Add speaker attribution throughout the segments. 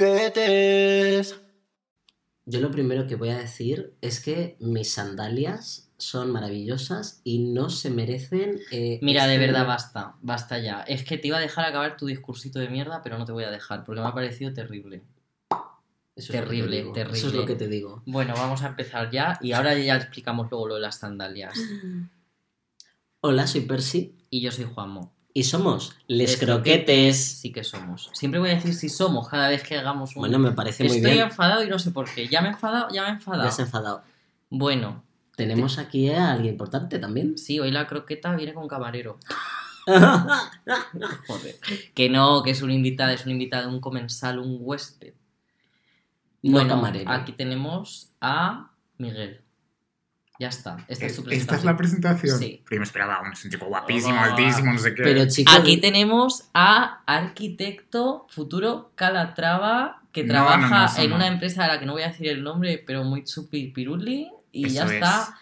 Speaker 1: croquetes.
Speaker 2: Yo lo primero que voy a decir es que mis sandalias son maravillosas y no se merecen. eh,
Speaker 3: Mira, de
Speaker 2: este-
Speaker 3: verdad, basta, basta ya. Es que te iba a dejar acabar tu discursito de mierda, pero no te voy a dejar, porque me ha parecido terrible.
Speaker 2: Eso es lo que te
Speaker 3: terrible,
Speaker 2: digo,
Speaker 3: terrible.
Speaker 2: Eso es lo que te digo.
Speaker 3: Bueno, vamos a empezar ya, y ahora ya explicamos luego lo de las sandalias.
Speaker 2: Hola, soy Percy
Speaker 3: Y yo soy Juanmo,
Speaker 2: y somos Les
Speaker 3: Les
Speaker 2: Croquetes.
Speaker 3: sí que somos. Siempre voy a decir si somos cada vez que hagamos un...
Speaker 2: Bueno, me parece muy
Speaker 3: Estoy
Speaker 2: bien.
Speaker 3: enfadado y no sé por qué. Ya me he enfadado, ya me he enfadado.
Speaker 2: Ya has enfadado.
Speaker 3: Bueno,
Speaker 2: Tenemos aquí eh, a alguien importante también.
Speaker 3: sí, hoy la croqueta viene con camarero. Joder. Que no, que es un invitado, es un invitado, un comensal, un huésped.
Speaker 2: No
Speaker 3: bueno,
Speaker 2: camarero.
Speaker 3: aquí tenemos a Miguel. Ya está. Esta es tu
Speaker 4: Esta es
Speaker 3: presentación.
Speaker 4: la presentación.
Speaker 3: Sí.
Speaker 4: Pero yo me esperaba, un es un tipo guapísimo,
Speaker 3: Ah.
Speaker 4: altísimo, no sé qué.
Speaker 2: Pero chicos,
Speaker 3: Aquí tenemos a arquitecto futuro Calatrava, que
Speaker 4: No,
Speaker 3: trabaja
Speaker 4: no, no, eso
Speaker 3: en
Speaker 4: no.
Speaker 3: una empresa de la que no voy a decir el nombre, pero muy chupi piruli. Y
Speaker 4: Eso
Speaker 3: ya
Speaker 4: es.
Speaker 3: está.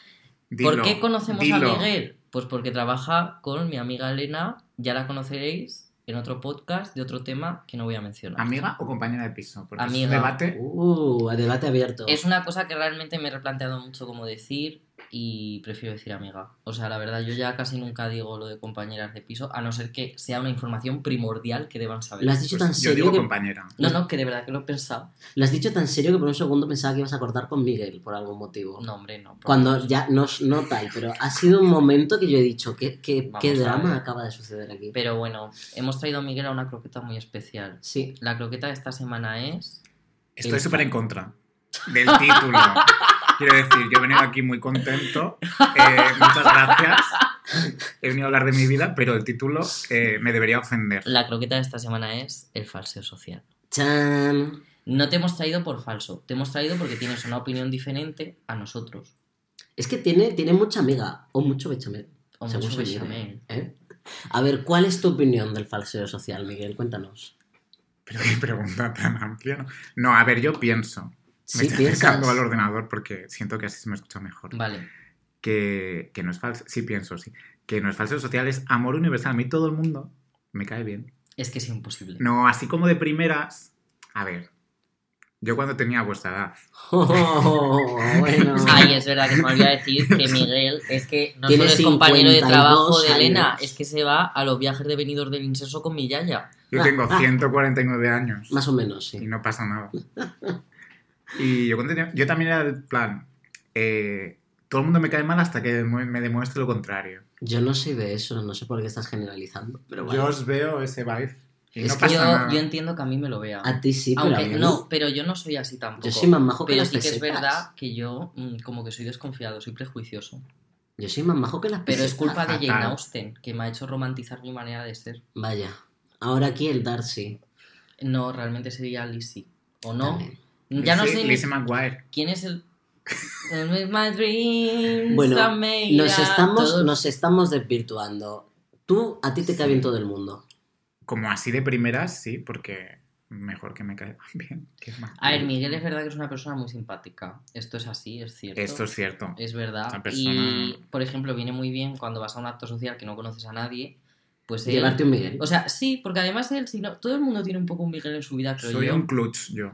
Speaker 4: Dilo,
Speaker 3: ¿Por qué conocemos
Speaker 4: dilo.
Speaker 3: a Miguel? Pues porque trabaja con mi amiga Elena, ya la conoceréis en otro podcast de otro tema que no voy a mencionar.
Speaker 4: ¿Amiga o compañera de piso? Porque es un
Speaker 3: Amiga.
Speaker 4: debate.
Speaker 2: Uh, a debate abierto.
Speaker 3: Es una cosa que realmente me he replanteado mucho cómo decir y prefiero decir amiga. O sea, la verdad, yo ya casi nunca digo lo de compañeras de piso, a no ser que sea una información primordial que deban saber.
Speaker 2: Lo has dicho
Speaker 4: Pues
Speaker 2: tan
Speaker 4: yo
Speaker 2: serio
Speaker 4: digo
Speaker 2: que...
Speaker 4: compañera.
Speaker 3: No, no, que de verdad que lo he pensado.
Speaker 2: Lo has dicho tan serio que por un segundo pensaba que ibas a cortar con Miguel por algún motivo.
Speaker 3: No, hombre, no. por
Speaker 2: Cuando
Speaker 3: Dios.
Speaker 2: ya no, no tal, pero ha sido un momento que yo he dicho, ¿qué, qué,
Speaker 3: Vamos
Speaker 2: qué
Speaker 3: a
Speaker 2: drama
Speaker 3: ver.
Speaker 2: acaba de suceder aquí?
Speaker 3: Pero bueno, hemos traído a Miguel a una croqueta muy especial.
Speaker 2: Sí,
Speaker 3: La croqueta de esta semana es...
Speaker 4: Estoy súper en contra del título. Quiero decir, yo he venido aquí muy contento. eh, muchas gracias. He venido a hablar de mi vida, pero el título eh, me debería ofender.
Speaker 3: La croqueta de esta semana es el falseo social.
Speaker 2: chan.
Speaker 3: No te hemos traído por falso, te hemos traído porque tienes una opinión diferente a nosotros.
Speaker 2: Es que tiene, tiene mucha amiga, o mucho bechamel.
Speaker 3: O
Speaker 2: según
Speaker 3: mucho
Speaker 2: se mire,
Speaker 3: bechamel.
Speaker 2: ¿eh? A ver, ¿cuál es tu opinión del falseo social, Miguel? Cuéntanos.
Speaker 4: Pero qué pregunta tan amplia. No, a ver, yo pienso. Me
Speaker 2: Sí,
Speaker 4: estoy
Speaker 2: piensas.
Speaker 4: acercando al ordenador porque siento que así se me escucha mejor.
Speaker 3: Vale.
Speaker 4: que, que no es falso, sí pienso, sí, que no es falso social, es amor universal. A mí todo el mundo me cae bien.
Speaker 3: Es que es imposible.
Speaker 4: No, así como de primeras, a ver, yo cuando tenía vuestra edad,
Speaker 2: Oh, bueno.
Speaker 3: Ay, es verdad que se me olvidó decir que Miguel es que no solo
Speaker 2: Tiene
Speaker 3: es compañero de
Speaker 2: 52
Speaker 3: trabajo de Elena,
Speaker 2: años.
Speaker 3: es que se va a los viajes de venidos del incenso con mi yaya.
Speaker 4: yo tengo 149 años
Speaker 2: Más o menos,
Speaker 4: y
Speaker 2: sí.
Speaker 4: no pasa nada. Y yo, cuando tenía- yo también era del plan, eh, todo el mundo me cae mal hasta que mu- me demuestre lo contrario.
Speaker 2: Yo no soy de eso, no sé por qué estás generalizando, pero bueno.
Speaker 4: os veo ese vibe. Y
Speaker 3: es
Speaker 4: no
Speaker 3: que
Speaker 4: pasa
Speaker 3: yo,
Speaker 4: nada.
Speaker 3: yo entiendo que a mí me lo vea.
Speaker 2: A ti sí, pero a
Speaker 3: Aunque
Speaker 2: mí
Speaker 3: no, pero yo no soy así tampoco.
Speaker 2: Yo soy más majo que
Speaker 3: pero
Speaker 2: las
Speaker 3: sí que es
Speaker 2: pesetas.
Speaker 3: verdad que yo mm, como que soy desconfiado, soy prejuicioso.
Speaker 2: Pues Yo soy más majo que las
Speaker 3: Pero es
Speaker 2: pesetas.
Speaker 3: culpa de Jane
Speaker 4: fatal.
Speaker 3: Austen, que me ha hecho romantizar mi manera de ser.
Speaker 2: Vaya. Ahora aquí el Darcy.
Speaker 3: No, realmente sería Lizzie. ¿O no?
Speaker 2: también.
Speaker 3: Ya no
Speaker 4: Lizzie-
Speaker 3: sé ni
Speaker 4: Lizzie McGuire.
Speaker 3: quién es el... With my dreams
Speaker 2: Bueno,
Speaker 3: I made
Speaker 2: Nos
Speaker 3: it.
Speaker 2: estamos,
Speaker 3: Todos-
Speaker 2: nos estamos desvirtuando. Tú, a ti te cae bien todo el mundo.
Speaker 4: Como así de primeras, sí, porque mejor que me caigan bien. que mal.
Speaker 3: A ver, Miguel es verdad que es una persona muy simpática. Esto es así, es cierto.
Speaker 4: Esto es cierto.
Speaker 3: Es verdad.
Speaker 4: Esa persona-
Speaker 3: Y, por ejemplo, viene muy bien cuando vas a un acto social que no conoces a nadie. Pues él-
Speaker 2: Llevarte un Miguel.
Speaker 3: O sea, sí, porque además él, si no, todo el mundo tiene un poco un Miguel en su vida, creo
Speaker 4: Soy
Speaker 3: yo.
Speaker 4: un clutch, yo.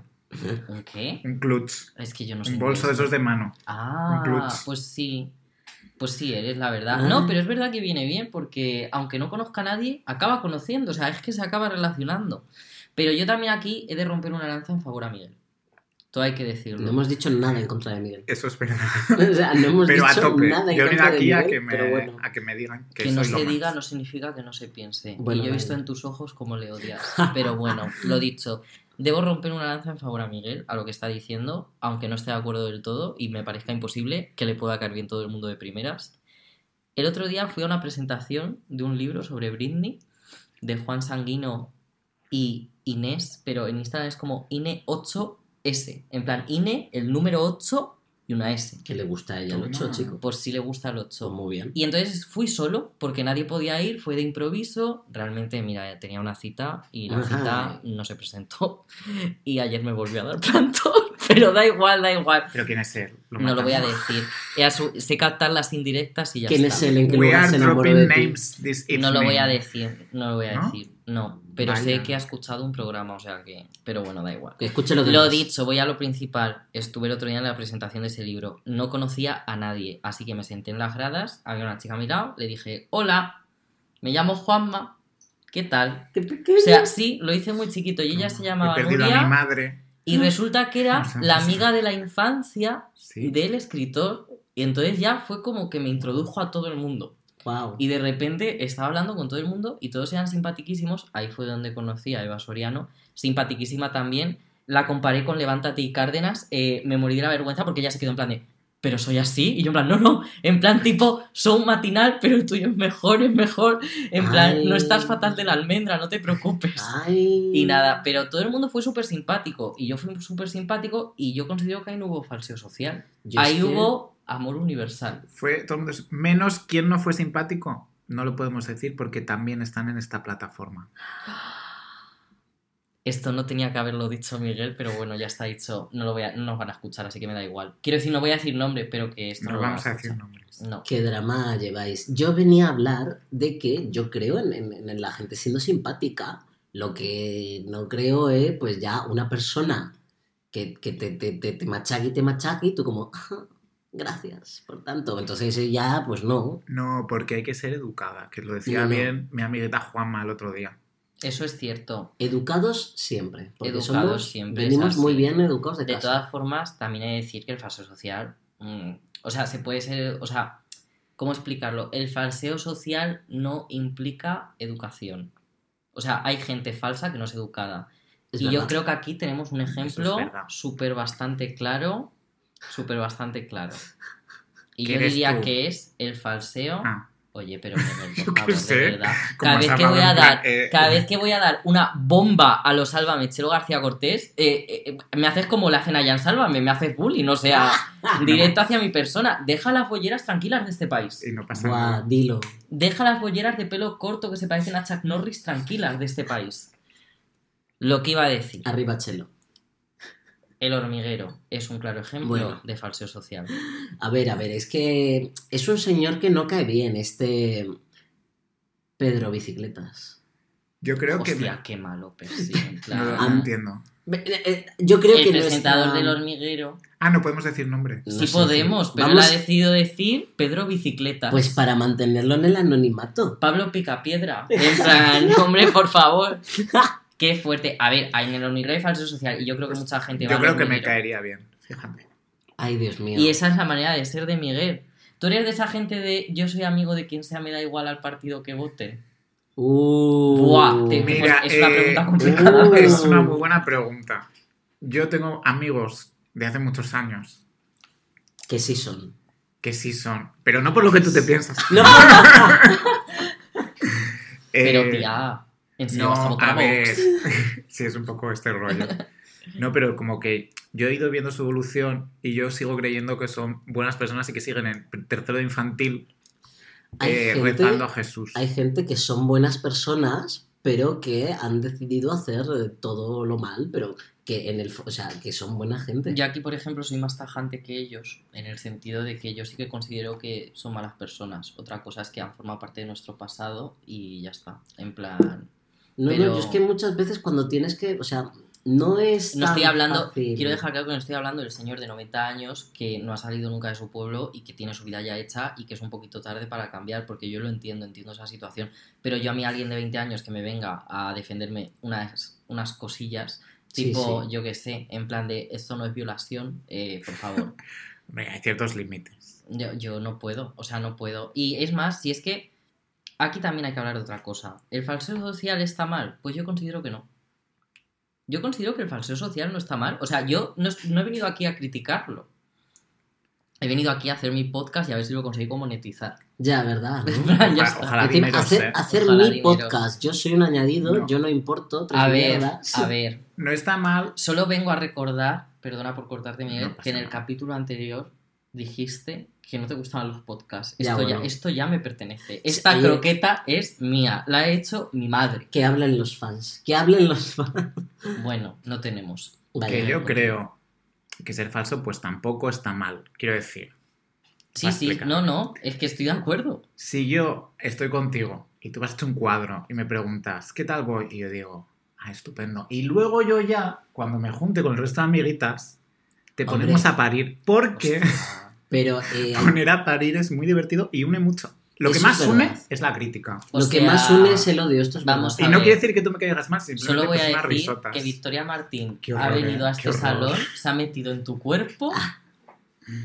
Speaker 3: ¿Un qué?
Speaker 4: Un clutch.
Speaker 3: Es que yo no sé.
Speaker 4: un bolso de esos de mano.
Speaker 3: Ah,
Speaker 4: un clutch.
Speaker 3: pues sí. Pues sí, eres la verdad.
Speaker 2: Ah.
Speaker 3: No, pero es verdad que viene bien porque aunque no conozca a nadie, acaba conociendo. O sea, es que se acaba relacionando. Pero yo también aquí he de romper una lanza en favor a Miguel. Todo hay que decirlo.
Speaker 2: No hemos dicho nada en contra de Miguel.
Speaker 4: Eso es verdad.
Speaker 2: O sea, no hemos
Speaker 4: Pero a
Speaker 2: dicho
Speaker 4: tope.
Speaker 2: nada en
Speaker 4: Yo vine
Speaker 2: contra de
Speaker 4: aquí
Speaker 2: Miguel,
Speaker 4: a, que me,
Speaker 2: pero bueno.
Speaker 4: a que me digan que,
Speaker 3: que no
Speaker 4: soy lo
Speaker 3: se
Speaker 4: más.
Speaker 3: diga no significa que no se piense.
Speaker 2: Bueno,
Speaker 3: y yo he visto
Speaker 2: vale.
Speaker 3: en tus ojos cómo le odias. Pero bueno, lo dicho. Debo romper una lanza en favor a Miguel, a lo que está diciendo, aunque no esté de acuerdo del todo y me parezca imposible que le pueda caer bien todo el mundo de primeras. El otro día fui a una presentación de un libro sobre Britney, de Juan Sanguino y Inés, pero en Instagram es como INE8S. En plan, INE, el número 8 y una S.
Speaker 2: Que le gusta a ella el 8,
Speaker 4: Toma.
Speaker 2: chico.
Speaker 3: Por si le gusta el 8.
Speaker 2: muy bien.
Speaker 3: Y entonces fui solo porque nadie podía ir, fue de improviso. Realmente, mira, tenía una cita y la
Speaker 2: Ajá.
Speaker 3: cita no se presentó. Y ayer me volvió a dar plantón, pero da igual, da igual.
Speaker 4: Pero quién es él.
Speaker 3: no lo voy a
Speaker 4: matamos.
Speaker 3: decir. Ya su- sé captar las indirectas y ya
Speaker 2: ¿Quién
Speaker 3: está.
Speaker 2: es él? ¿En qué
Speaker 4: We
Speaker 2: lugar
Speaker 4: are
Speaker 2: se enamoró
Speaker 4: dropping
Speaker 2: de ti?
Speaker 4: names this
Speaker 3: No lo voy a
Speaker 4: evening.
Speaker 3: decir, no lo voy a
Speaker 4: ¿No?
Speaker 3: decir. No. Pero
Speaker 2: Vaya.
Speaker 3: sé que ha escuchado un programa, o sea que. Pero bueno, da igual.
Speaker 2: Que escuche lo que
Speaker 3: Lo
Speaker 2: más.
Speaker 3: dicho, voy a lo principal. Estuve el otro día en la presentación de ese libro. No conocía a nadie, así que me senté en las gradas, había una chica a mi lado, le dije, hola, me llamo Juanma, ¿qué tal?
Speaker 2: Qué
Speaker 3: O
Speaker 2: pequeño.
Speaker 3: sea, sí, lo hice muy chiquito y ella se llamaba
Speaker 4: He perdido a mi
Speaker 3: Nuria
Speaker 4: madre.
Speaker 3: y resulta que era
Speaker 4: Nos han
Speaker 3: la
Speaker 4: visto.
Speaker 3: amiga de la infancia
Speaker 4: Sí.
Speaker 3: del escritor y entonces ya fue como que me introdujo a todo el mundo.
Speaker 2: Guau.
Speaker 3: Y de repente estaba hablando con todo el mundo y todos eran simpatiquísimos. Ahí fue donde conocí a Eva Soriano, simpatiquísima también. La comparé con Levántate y Cárdenas. eh, me morí de la vergüenza porque ella se quedó en plan de, pero soy así. Y yo en plan, no, no, en plan tipo, soy un matinal, pero el tuyo es mejor, es mejor. En plan,
Speaker 2: Ay.
Speaker 3: no estás fatal de la almendra, no te preocupes.
Speaker 2: Ay.
Speaker 3: Y nada, pero todo el mundo fue súper simpático y yo fui súper simpático y yo considero que ahí no hubo falseo social.
Speaker 2: Yo es
Speaker 3: ahí
Speaker 2: que-
Speaker 3: hubo amor universal.
Speaker 4: Fue todo el mundo es- Menos quien no fue simpático. No lo podemos decir porque también están en esta plataforma.
Speaker 3: Esto no tenía que haberlo dicho Miguel, pero bueno, ya está dicho. No, lo voy a- no nos van a escuchar, así que me da igual. Quiero decir, no voy a decir nombre, pero que esto
Speaker 4: No
Speaker 3: lo van
Speaker 4: vamos a decir
Speaker 3: escuchar.
Speaker 4: nombres.
Speaker 3: No.
Speaker 2: Qué drama lleváis. Yo venía a hablar de que yo creo en, en- en la gente siendo simpática. Lo que no creo es, pues ya, una persona que, que te, te, te, te machaque y te machaque y tú como, "Ah, gracias, por tanto. Entonces eh, ya, pues no.
Speaker 4: No, porque hay que ser educada, que lo decía
Speaker 2: No, no.
Speaker 4: bien mi amigueta Juanma el otro día.
Speaker 3: Eso es cierto.
Speaker 2: Educados siempre. Porque
Speaker 3: Educados
Speaker 2: somos,
Speaker 3: siempre,
Speaker 2: Venimos
Speaker 3: es así.
Speaker 2: muy bien educados de,
Speaker 3: De
Speaker 2: casa.
Speaker 3: todas formas, también he de decir que el falseo social. mm, o sea, se puede ser. O sea, ¿cómo explicarlo? El falseo social no implica educación. O sea, hay gente falsa que no es educada.
Speaker 2: Es
Speaker 3: y yo
Speaker 2: verdad.
Speaker 3: creo que aquí tenemos un
Speaker 4: es
Speaker 3: ejemplo
Speaker 4: verdad.
Speaker 3: súper bastante claro, súper bastante claro. Y
Speaker 4: ¿Qué
Speaker 3: yo
Speaker 4: eres
Speaker 3: diría
Speaker 4: tú?
Speaker 3: que es el falseo.
Speaker 4: Ah,
Speaker 3: Oye, pero Miguel, por
Speaker 4: Yo qué
Speaker 3: favor, de
Speaker 4: sé,
Speaker 3: verdad.
Speaker 4: como
Speaker 3: Cada
Speaker 4: has
Speaker 3: vez que
Speaker 4: hablado
Speaker 3: voy a
Speaker 4: en plan,
Speaker 3: dar,
Speaker 4: eh,
Speaker 3: cada vez que voy a dar una bomba a los Sálvame Chelo García Cortés, eh, eh, eh, me haces como la Genayan Sálvame, me haces bullying, o sea, directo hacia mi persona. Deja las bolleras tranquilas de este país.
Speaker 4: y no pasa
Speaker 2: Buah,
Speaker 4: nada.
Speaker 2: dilo.
Speaker 3: Deja las bolleras de pelo corto que se parecen a Chuck Norris tranquilas de este país. Lo que iba a decir.
Speaker 2: Arriba, Chelo.
Speaker 3: El hormiguero es un claro ejemplo
Speaker 2: Bueno.
Speaker 3: de falseo social.
Speaker 2: A ver, a ver, es que es un señor que no cae bien, este Pedro Bicicletas.
Speaker 4: Yo creo
Speaker 3: Hostia, qué malo persiguen,
Speaker 4: que... No,
Speaker 3: claro.
Speaker 4: no
Speaker 2: Ah,
Speaker 4: entiendo.
Speaker 2: Ve- eh, eh, Yo creo
Speaker 3: el
Speaker 2: que
Speaker 3: presentador
Speaker 2: nuestra-
Speaker 3: del hormiguero.
Speaker 4: Ah, no podemos decir nombre.
Speaker 2: No
Speaker 3: sí
Speaker 2: sé,
Speaker 3: podemos, pero
Speaker 2: vamos-
Speaker 3: él ha decidido decir Pedro Bicicleta.
Speaker 2: Pues para mantenerlo en el anonimato.
Speaker 3: Pablo Picapiedra. En plan, hombre, por favor. Qué fuerte. A ver, en el hormiguero hay falso social y yo creo que mucha gente va
Speaker 4: Yo
Speaker 3: al
Speaker 4: creo que me
Speaker 3: hormiguero.
Speaker 4: caería bien, fíjate.
Speaker 2: Ay, Dios mío.
Speaker 3: Y esa es la manera de ser de Miguel. Tú eres de esa gente de yo soy amigo de quien sea, me da igual al partido que vote.
Speaker 2: Uh,
Speaker 3: Buah, te-
Speaker 2: mira,
Speaker 4: Mira,
Speaker 3: Pues es una pregunta
Speaker 4: eh,
Speaker 2: uh,
Speaker 3: complicada.
Speaker 2: Uy.
Speaker 4: Es una muy buena pregunta. Yo tengo amigos de hace muchos años
Speaker 2: que sí son.
Speaker 4: que sí son, pero no por lo que tú te piensas.
Speaker 2: No,
Speaker 3: Pero
Speaker 4: Eh,
Speaker 3: tía, en serio, vas a
Speaker 4: No,
Speaker 3: votar
Speaker 4: a
Speaker 3: Vox?
Speaker 4: ver. sí, es un poco este rollo. No, pero como que yo he ido viendo su evolución y yo sigo creyendo que son buenas personas y que siguen en tercero de infantil
Speaker 2: hay,
Speaker 4: eh,
Speaker 2: gente,
Speaker 4: rezando a Jesús.
Speaker 2: hay gente que son buenas personas, pero que han decidido hacer eh, todo lo mal, pero que en el, fo- o sea, que son buena gente.
Speaker 3: Yo aquí, por ejemplo, soy más tajante que ellos, en el sentido de que yo sí que considero que son malas personas. Otra cosa es que han formado parte de nuestro pasado y ya está. En plan,
Speaker 2: No,
Speaker 3: Pero-
Speaker 2: no, yo es que muchas veces cuando tienes que, o sea, no es
Speaker 3: no
Speaker 2: tan
Speaker 3: estoy hablando,
Speaker 2: fácil.
Speaker 3: quiero dejar claro que no estoy hablando del señor de 90 años que no ha salido nunca de su pueblo y que tiene su vida ya hecha y que es un poquito tarde para cambiar, porque yo lo entiendo, entiendo esa situación. Pero yo a mí alguien de 20 años que me venga a defenderme unas, unas cosillas,
Speaker 2: Sí,
Speaker 3: tipo,
Speaker 2: sí.
Speaker 3: yo qué sé, en plan de esto no es violación, eh, por favor.
Speaker 4: Hombre, hay ciertos límites.
Speaker 3: Yo, yo no puedo, o sea, no puedo. Y es más, si es que aquí también hay que hablar de otra cosa. ¿El falseo social está mal? Pues yo considero que no. Yo considero que el falseo social no está mal. O sea, yo no, es- no he venido aquí a criticarlo. He venido aquí a hacer mi podcast y a ver si lo consigo monetizar.
Speaker 2: Ya, ¿verdad? ¿no?
Speaker 3: Ya
Speaker 4: Ojalá-
Speaker 3: está.
Speaker 4: ojalá
Speaker 2: Encima,
Speaker 4: dinero
Speaker 2: hacer
Speaker 4: sea.
Speaker 2: hacer
Speaker 3: ¿eh? Ojalá
Speaker 2: mi
Speaker 3: dinero.
Speaker 2: podcast, yo soy un añadido,
Speaker 4: No.
Speaker 2: yo no importo. tres
Speaker 4: Pues
Speaker 3: A ver,
Speaker 2: mierdas.
Speaker 3: a ver.
Speaker 4: No está mal.
Speaker 3: Solo vengo a recordar, perdona por cortarte, Miguel,
Speaker 4: No pasa
Speaker 3: que en el
Speaker 4: nada.
Speaker 3: capítulo anterior dijiste que no te gustaban los podcasts.
Speaker 2: Ya,
Speaker 3: Esto, ya,
Speaker 2: bueno.
Speaker 3: esto ya me pertenece. Esta
Speaker 2: oye.
Speaker 3: croqueta es mía, la ha hecho mi madre.
Speaker 2: Que hablen los fans, que hablen los fans.
Speaker 3: Bueno, no tenemos.
Speaker 2: Vale,
Speaker 4: Que
Speaker 3: Vale,
Speaker 4: yo
Speaker 3: porque-
Speaker 4: creo que ser falso pues tampoco está mal. Quiero decir,
Speaker 3: Sí,
Speaker 4: Va,
Speaker 3: sí,
Speaker 4: explica.
Speaker 3: no, no, es que estoy de acuerdo.
Speaker 4: si yo estoy contigo y tú vas a hacer un cuadro y me preguntas, ¿qué tal voy? Y yo digo, ah, estupendo. Y luego yo ya, cuando me junte con el resto de amiguitas, te
Speaker 2: Hombre.
Speaker 4: ponemos a parir. Porque
Speaker 2: Pero eh,
Speaker 4: poner a parir es muy divertido y une mucho. Lo que
Speaker 2: Eso
Speaker 4: más
Speaker 2: es
Speaker 4: une
Speaker 2: verdad.
Speaker 4: es la crítica.
Speaker 3: O
Speaker 2: lo que
Speaker 3: sea,
Speaker 2: más une es el odio. Esto es
Speaker 3: este vamos
Speaker 4: Y
Speaker 3: A
Speaker 2: verdad.
Speaker 4: no
Speaker 3: ver.
Speaker 4: quiere decir que tú me caigas más, simplemente
Speaker 3: Solo voy a
Speaker 4: que son unas
Speaker 3: decir
Speaker 4: risotas.
Speaker 3: que Victoria Martín
Speaker 4: Qué
Speaker 3: ha
Speaker 4: horror,
Speaker 3: venido
Speaker 4: eh,
Speaker 3: a este
Speaker 4: qué horror. Ah.
Speaker 3: salón, se ha metido en tu cuerpo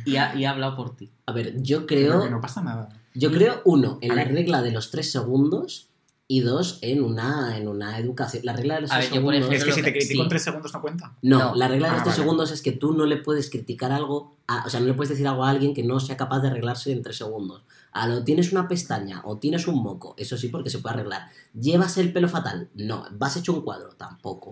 Speaker 3: y ha, y ha hablado por ti.
Speaker 2: A ver, yo
Speaker 4: Pero
Speaker 2: creo
Speaker 4: que no pasa nada.
Speaker 2: Yo creo, uno, en
Speaker 3: A
Speaker 2: la
Speaker 3: ver.
Speaker 2: regla de los tres segundos y dos, en una, en una educación. La regla de los
Speaker 3: A
Speaker 2: tres
Speaker 3: ver, yo, por
Speaker 2: segundos...
Speaker 3: ejemplo,
Speaker 4: Es que si te
Speaker 3: que-
Speaker 4: critico en
Speaker 3: sí.
Speaker 4: tres segundos no cuenta.
Speaker 2: No,
Speaker 3: no.
Speaker 2: la regla de
Speaker 4: Ah,
Speaker 2: los tres
Speaker 4: vale.
Speaker 2: segundos es que tú no le puedes criticar algo, a- o sea, no le puedes decir algo a alguien que no sea capaz de arreglarse en tres segundos. A lo tienes una pestaña o tienes un moco, eso sí, porque se puede arreglar. Llevas el pelo fatal, no. Vas hecho un cuadro, tampoco.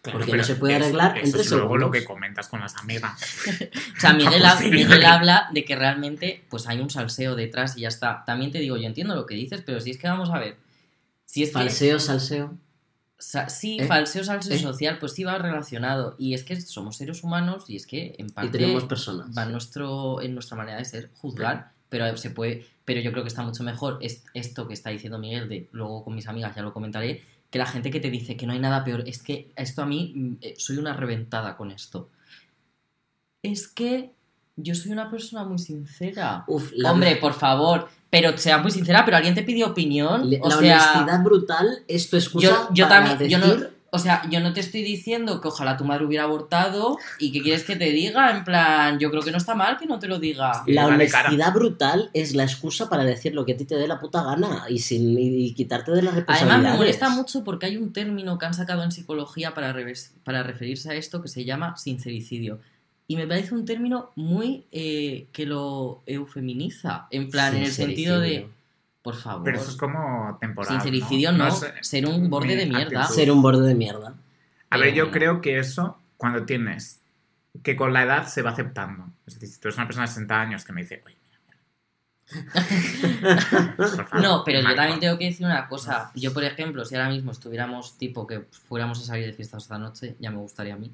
Speaker 4: Claro,
Speaker 2: Porque
Speaker 4: pero
Speaker 2: no se puede
Speaker 4: es-
Speaker 2: arreglar en
Speaker 4: eso
Speaker 2: tres
Speaker 4: es luego
Speaker 2: segundos.
Speaker 4: lo que comentas con las amigas.
Speaker 3: O sea, Miguel, ha-
Speaker 4: Sí.
Speaker 3: Miguel habla de que realmente pues hay un salseo detrás y ya está. También te digo, yo entiendo lo que dices, pero si es que vamos a ver. Si es que-
Speaker 2: Falseo, salseo.
Speaker 3: sa- sí,
Speaker 2: ¿Eh?
Speaker 3: falseo, salseo
Speaker 2: ¿Eh?
Speaker 3: social, pues sí va relacionado. Y es que somos seres humanos y es que en
Speaker 2: Y
Speaker 3: parte
Speaker 2: tenemos personas.
Speaker 3: va en nuestro, en nuestra manera de ser juzgar, pero se puede, pero yo creo que está mucho mejor es- esto que está diciendo Miguel de luego con mis amigas ya lo comentaré, que la gente que te dice que no hay nada peor, es que esto a mí mm, eh, soy una reventada con esto. Es que yo soy una persona muy sincera.
Speaker 2: Uf, la,
Speaker 3: Hombre, por favor, pero sea muy sincera, pero alguien te pide opinión,
Speaker 2: le-
Speaker 3: o
Speaker 2: la
Speaker 3: sea,
Speaker 2: honestidad brutal es tu excusa
Speaker 3: yo, yo
Speaker 2: para
Speaker 3: también, yo
Speaker 2: decir...
Speaker 3: no, o sea, yo no te estoy diciendo que ojalá tu madre hubiera abortado y que quieres que te diga, en plan, yo creo que no está mal que no te lo diga.
Speaker 4: Y
Speaker 2: La
Speaker 4: va de cara.
Speaker 2: honestidad brutal es la excusa para decir lo que a ti te dé la puta gana y sin y- y quitarte de las
Speaker 3: Además
Speaker 2: responsabilidades.
Speaker 3: me molesta mucho porque hay un término que han sacado en psicología para, revers- para referirse a esto que se llama sincericidio. Y me parece un término muy eh, que lo eufeminiza, en plan, en el sentido de, por favor,
Speaker 4: Pero eso es como temporal. ¿no?
Speaker 3: sincericidio no,
Speaker 4: es-
Speaker 3: ser un borde
Speaker 4: mi
Speaker 3: de mierda.
Speaker 4: actitud.
Speaker 2: Ser un borde de mierda.
Speaker 4: A ver, yo
Speaker 3: Pero-
Speaker 4: creo que eso, cuando tienes, que con la edad se va aceptando. Es decir, si tú eres una persona de 60 años que me dice, oye, mira, por favor,
Speaker 3: No, pero yo
Speaker 4: Michael".
Speaker 3: también tengo que decir una cosa. Yo, por ejemplo, si ahora mismo estuviéramos tipo que fuéramos a salir de fiestas esta noche, ya me gustaría a mí.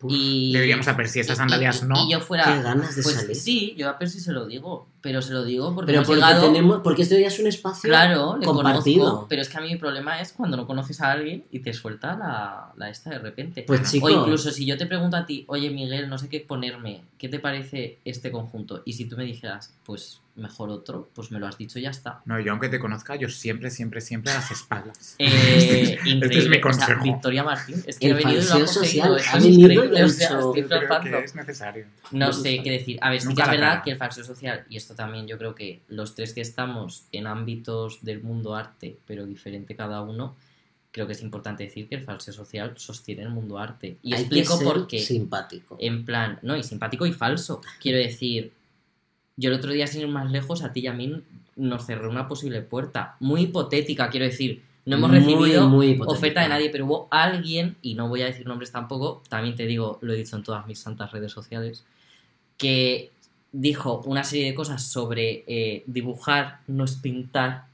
Speaker 2: Uf,
Speaker 3: y
Speaker 4: Deberíamos a ver si esas
Speaker 3: y-
Speaker 4: sandalias
Speaker 3: y-
Speaker 4: no.
Speaker 3: Y yo
Speaker 2: Qué
Speaker 3: fuera.
Speaker 2: ganas de salir.
Speaker 3: Pues sí, yo a Percy se lo digo, pero se lo digo porque
Speaker 2: pero
Speaker 3: hemos
Speaker 2: porque
Speaker 3: llegado-
Speaker 2: tenemos, porque esto ya es un espacio.
Speaker 3: Claro, le
Speaker 2: compartido.
Speaker 3: conozco, pero es que a mí mi problema es cuando no conoces a alguien y te suelta la, la esta de repente.
Speaker 2: Pues chico,
Speaker 3: O incluso si yo te pregunto a ti, oye Miguel, no sé qué ponerme, ¿qué te parece este conjunto? Y si tú me dijeras, pues mejor otro, pues me lo has dicho y ya está.
Speaker 4: No, yo aunque te conozca, yo siempre, siempre, siempre a las espaldas.
Speaker 3: Eh, increíble.
Speaker 4: este es mi
Speaker 3: O sea,
Speaker 4: consejo.
Speaker 3: Victoria Martín, es que
Speaker 2: El
Speaker 3: ha venido y lo ha
Speaker 2: falseo
Speaker 3: conseguido.
Speaker 2: social.
Speaker 3: Esto
Speaker 2: Ha
Speaker 3: es
Speaker 2: venido y
Speaker 3: increíble,
Speaker 2: ha
Speaker 3: o sea,
Speaker 2: dicho-
Speaker 3: estoy
Speaker 4: Yo creo
Speaker 3: flipando.
Speaker 4: que es necesario.
Speaker 3: No
Speaker 2: Me
Speaker 3: sé
Speaker 2: gusta.
Speaker 3: qué decir. A ver, sí que
Speaker 4: Nunca
Speaker 3: es
Speaker 4: la
Speaker 3: verdad
Speaker 4: cara.
Speaker 3: que el falseo social, y esto también yo creo que los tres que estamos en ámbitos del mundo arte, pero diferente cada uno, creo que es importante decir que el falseo social sostiene el mundo arte. Y
Speaker 2: hay
Speaker 3: explico
Speaker 2: que ser
Speaker 3: por qué. Eh,
Speaker 2: Simpático.
Speaker 3: En plan, no, y simpático y falso. Quiero decir, yo el otro día, sin ir más lejos, a ti y a mí nos cerró una posible puerta. Muy hipotética, quiero decir. No hemos
Speaker 2: Muy,
Speaker 3: recibido
Speaker 2: muy hipotético.
Speaker 3: oferta de nadie, pero hubo alguien, y no voy a decir nombres tampoco, también te digo, lo he dicho en todas mis santas redes sociales, que dijo una serie de cosas sobre eh, dibujar no es pintar,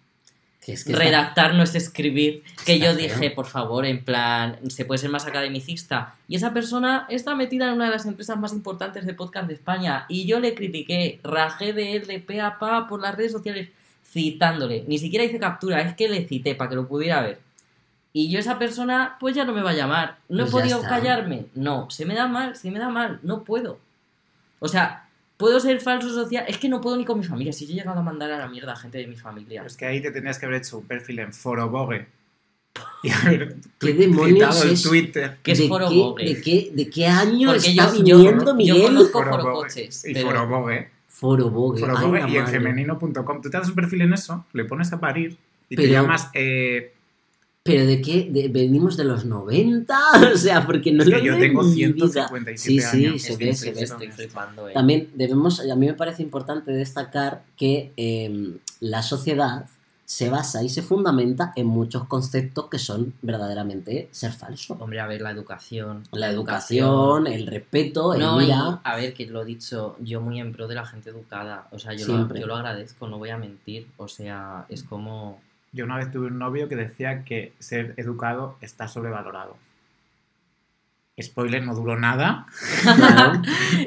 Speaker 2: Que es que está-
Speaker 3: redactar no es escribir, que
Speaker 2: Está
Speaker 3: yo
Speaker 2: feo.
Speaker 3: dije, por favor, en plan, se puede ser más academicista. Y esa persona está metida en una de las empresas más importantes de podcast de España y yo le critiqué, rajé de él de pe a pa por las redes sociales citándole. Ni siquiera hice captura, es que le cité para que lo pudiera ver. Y yo esa persona, pues ya no me va a llamar. No he
Speaker 2: Pues ya
Speaker 3: podido
Speaker 2: está.
Speaker 3: callarme. No, se me da mal, se me da mal, no puedo. O sea, puedo ser falso social, es que no puedo ni con mi familia. Si yo he llegado a mandar a la mierda a gente de mi familia.
Speaker 4: Pero es que ahí te tendrías que haber hecho un perfil en Forobogue. Y haber
Speaker 2: ¿Qué
Speaker 4: citado
Speaker 2: demonios
Speaker 4: el
Speaker 2: es?
Speaker 4: Twitter.
Speaker 3: que es
Speaker 2: ¿De,
Speaker 3: Foro
Speaker 2: qué,
Speaker 3: Bogue.
Speaker 2: de, qué, ¿De qué año
Speaker 3: Porque
Speaker 2: está
Speaker 3: yo- yo-
Speaker 2: viniendo
Speaker 3: yo
Speaker 2: Miguel?
Speaker 3: conozco-
Speaker 4: Foro
Speaker 3: Foro
Speaker 4: Bogue
Speaker 3: Coches,
Speaker 4: Y
Speaker 3: pero-
Speaker 4: Forobogue.
Speaker 2: Foro Bogue.
Speaker 4: Foro
Speaker 2: ay,
Speaker 4: Bogue
Speaker 2: la
Speaker 4: y en
Speaker 2: madre.
Speaker 4: femenino.com. Tú te das un perfil en eso, le pones a parir y te
Speaker 2: Pero-
Speaker 4: llamas. Eh,
Speaker 2: Pero de qué de- venimos de los 90, o sea, porque no
Speaker 4: es
Speaker 2: lo
Speaker 4: que yo
Speaker 2: veo en
Speaker 4: tengo
Speaker 2: mi
Speaker 4: 157
Speaker 2: Sí, sí,
Speaker 4: años.
Speaker 2: se
Speaker 4: Es
Speaker 2: ve,
Speaker 4: que
Speaker 2: se ve.
Speaker 4: estoy-
Speaker 3: Estoy flipando,
Speaker 2: vida.
Speaker 3: eh.
Speaker 2: También debemos, a mí me parece importante destacar que eh, la sociedad se basa y se fundamenta en muchos conceptos que son verdaderamente ser falso.
Speaker 3: Hombre, a ver, la educación.
Speaker 2: La educación, el respeto, el
Speaker 3: No, y,
Speaker 2: mira.
Speaker 3: a ver, que lo he dicho, yo muy en pro de la gente educada. O sea, yo, lo,
Speaker 2: Siempre.
Speaker 3: yo lo agradezco, no voy a mentir. O sea, es como.
Speaker 4: Yo una vez tuve un novio que decía que ser educado está sobrevalorado. Spoiler, no duró nada.
Speaker 2: Claro.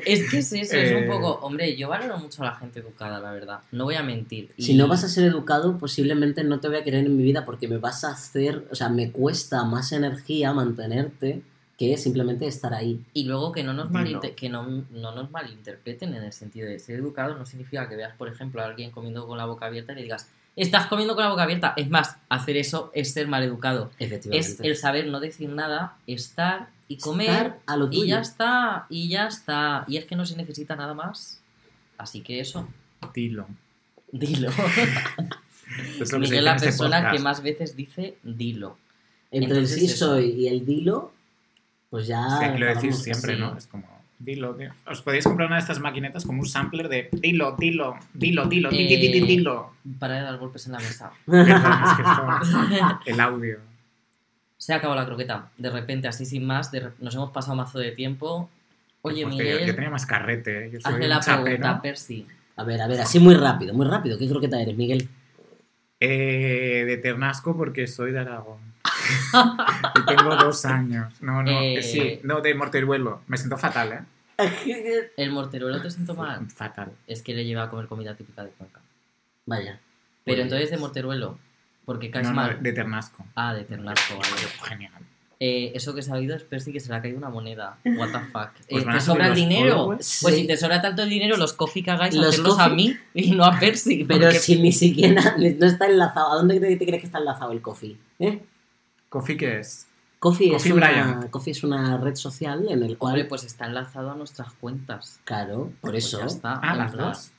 Speaker 3: Es que es eso, es
Speaker 4: Eh.
Speaker 3: un poco. Hombre, yo valoro mucho a la gente educada, la verdad. No voy a mentir.
Speaker 2: Si no vas a ser educado, posiblemente no te voy a querer en mi vida porque me vas a hacer, o sea, me cuesta más energía mantenerte que simplemente estar ahí.
Speaker 3: Y luego que no nos,
Speaker 4: Dilo.
Speaker 3: malinte- que no, no nos malinterpreten en el sentido de ser educados no significa que veas, por ejemplo, a alguien comiendo con la boca abierta y le digas, estás comiendo con la boca abierta. Es más, hacer eso es ser mal educado.
Speaker 2: Efectivamente.
Speaker 3: Es el saber no decir nada, estar y comer
Speaker 2: Estar a lo tuyo.
Speaker 3: y ya está, y ya está. Y es que no se necesita nada más. Así que eso,
Speaker 4: Dilo.
Speaker 3: dilo.
Speaker 4: Es lo que se dice
Speaker 3: Miguel,
Speaker 4: en
Speaker 3: la
Speaker 4: este
Speaker 3: persona que
Speaker 4: podcast.
Speaker 3: más veces dice dilo.
Speaker 2: Entre el
Speaker 3: entonces
Speaker 2: sí
Speaker 3: eso.
Speaker 2: soy y el dilo, pues ya.
Speaker 3: Ah,
Speaker 4: Es que aquí lo decís
Speaker 2: acabamos
Speaker 4: siempre,
Speaker 2: así.
Speaker 4: ¿no? Es como, dilo, dilo. Os podéis comprar una de estas maquinetas como un sampler de dilo, dilo, dilo, dilo, di, di, di, di,
Speaker 3: Eh.
Speaker 4: dilo.
Speaker 3: Para de dar golpes en la mesa.
Speaker 4: Perdón, es que esto- el audio.
Speaker 3: Se ha acabado la croqueta. De repente, así sin más, de re- nos hemos pasado mazo de tiempo. Oye,
Speaker 4: Porque yo-
Speaker 3: Miguel,
Speaker 4: Pues yo, tenía más carrete, ¿eh? yo soy
Speaker 3: hazle
Speaker 4: un
Speaker 3: la pregunta,
Speaker 4: chapero.
Speaker 3: Percy.
Speaker 2: A ver, a ver, así muy rápido, muy rápido. ¿Qué croqueta eres, Miguel?
Speaker 4: Eh, de Ternasco porque soy de Aragón. y tengo dos años. No, no,
Speaker 3: Eh.
Speaker 4: sí, no, de Morteruelo. Me siento fatal, ¿eh?
Speaker 3: El morteruelo te siento mal.
Speaker 4: Fatal.
Speaker 3: Es que le lleva a comer comida típica de Cuenca.
Speaker 4: Pues
Speaker 2: Vaya.
Speaker 3: Pero
Speaker 2: Pues-
Speaker 3: entonces de morteruelo, porque caes
Speaker 4: No, no,
Speaker 3: mal.
Speaker 4: de Ternasco.
Speaker 3: Ah, de Ternasco, vale.
Speaker 4: Genial.
Speaker 3: Eh, eso que he sabido es Percy que se le ha caído una moneda. What the fuck.
Speaker 4: Pues
Speaker 3: Eh,
Speaker 4: van
Speaker 3: ¿Te
Speaker 4: a subir
Speaker 3: sobra el
Speaker 4: los
Speaker 3: dinero?
Speaker 4: followers.
Speaker 3: Pues
Speaker 2: Sí.
Speaker 3: si te sobra tanto el dinero, los coffee que hagáis,
Speaker 2: Los
Speaker 3: hacedlos a
Speaker 2: coffee.
Speaker 3: mí y no a Percy.
Speaker 2: Pero
Speaker 3: porque-
Speaker 2: si ni siquiera no está enlazado, ¿a dónde te, te crees que está enlazado el coffee? ¿Eh?
Speaker 4: ¿Coffee qué es?
Speaker 2: Coffee,
Speaker 4: Coffee
Speaker 2: es una,
Speaker 4: Bryant.
Speaker 2: Coffee es una red social en el cual,
Speaker 3: Hombre, pues está enlazado a nuestras cuentas.
Speaker 2: claro, por
Speaker 3: Pues
Speaker 2: eso,
Speaker 3: ya está.
Speaker 4: Ah,
Speaker 3: en
Speaker 4: las
Speaker 3: plan,
Speaker 4: dos.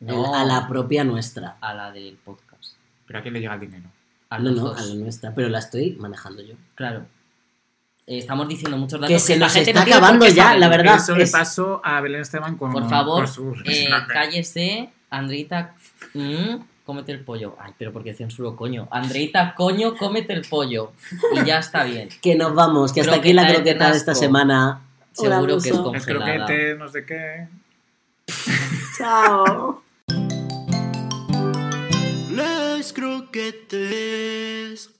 Speaker 3: No,
Speaker 2: a la propia nuestra.
Speaker 3: a la del podcast.
Speaker 4: ¿Pero a quién le llega el dinero?
Speaker 3: A
Speaker 2: no,
Speaker 3: los
Speaker 2: no,
Speaker 3: dos.
Speaker 2: a la nuestra, pero la estoy manejando yo.
Speaker 3: Claro. Eh, estamos diciendo muchos datos.
Speaker 2: Que se
Speaker 3: la
Speaker 2: nos
Speaker 3: gente
Speaker 2: está
Speaker 3: no tiene por
Speaker 2: acabando
Speaker 3: qué
Speaker 2: ya,
Speaker 3: saber.
Speaker 2: la verdad.
Speaker 4: Eso le
Speaker 2: es-
Speaker 4: pasó a Belén Esteban con,
Speaker 3: Por favor,
Speaker 4: con su-
Speaker 3: Eh, cállese, Andreita. mm, cómete el pollo. Ay, pero porque censuro, coño. Andreita, coño, cómete el pollo. Y ya está bien.
Speaker 2: Que nos vamos, que hasta aquí la
Speaker 3: Croqueta de
Speaker 2: croqueta de esta
Speaker 3: Ternasco.
Speaker 2: semana. Un
Speaker 3: Seguro que es
Speaker 2: abrazo.
Speaker 3: con-
Speaker 4: Los
Speaker 3: congelada.
Speaker 4: croquetes, no sé qué.
Speaker 2: Chao.
Speaker 1: Les croquettes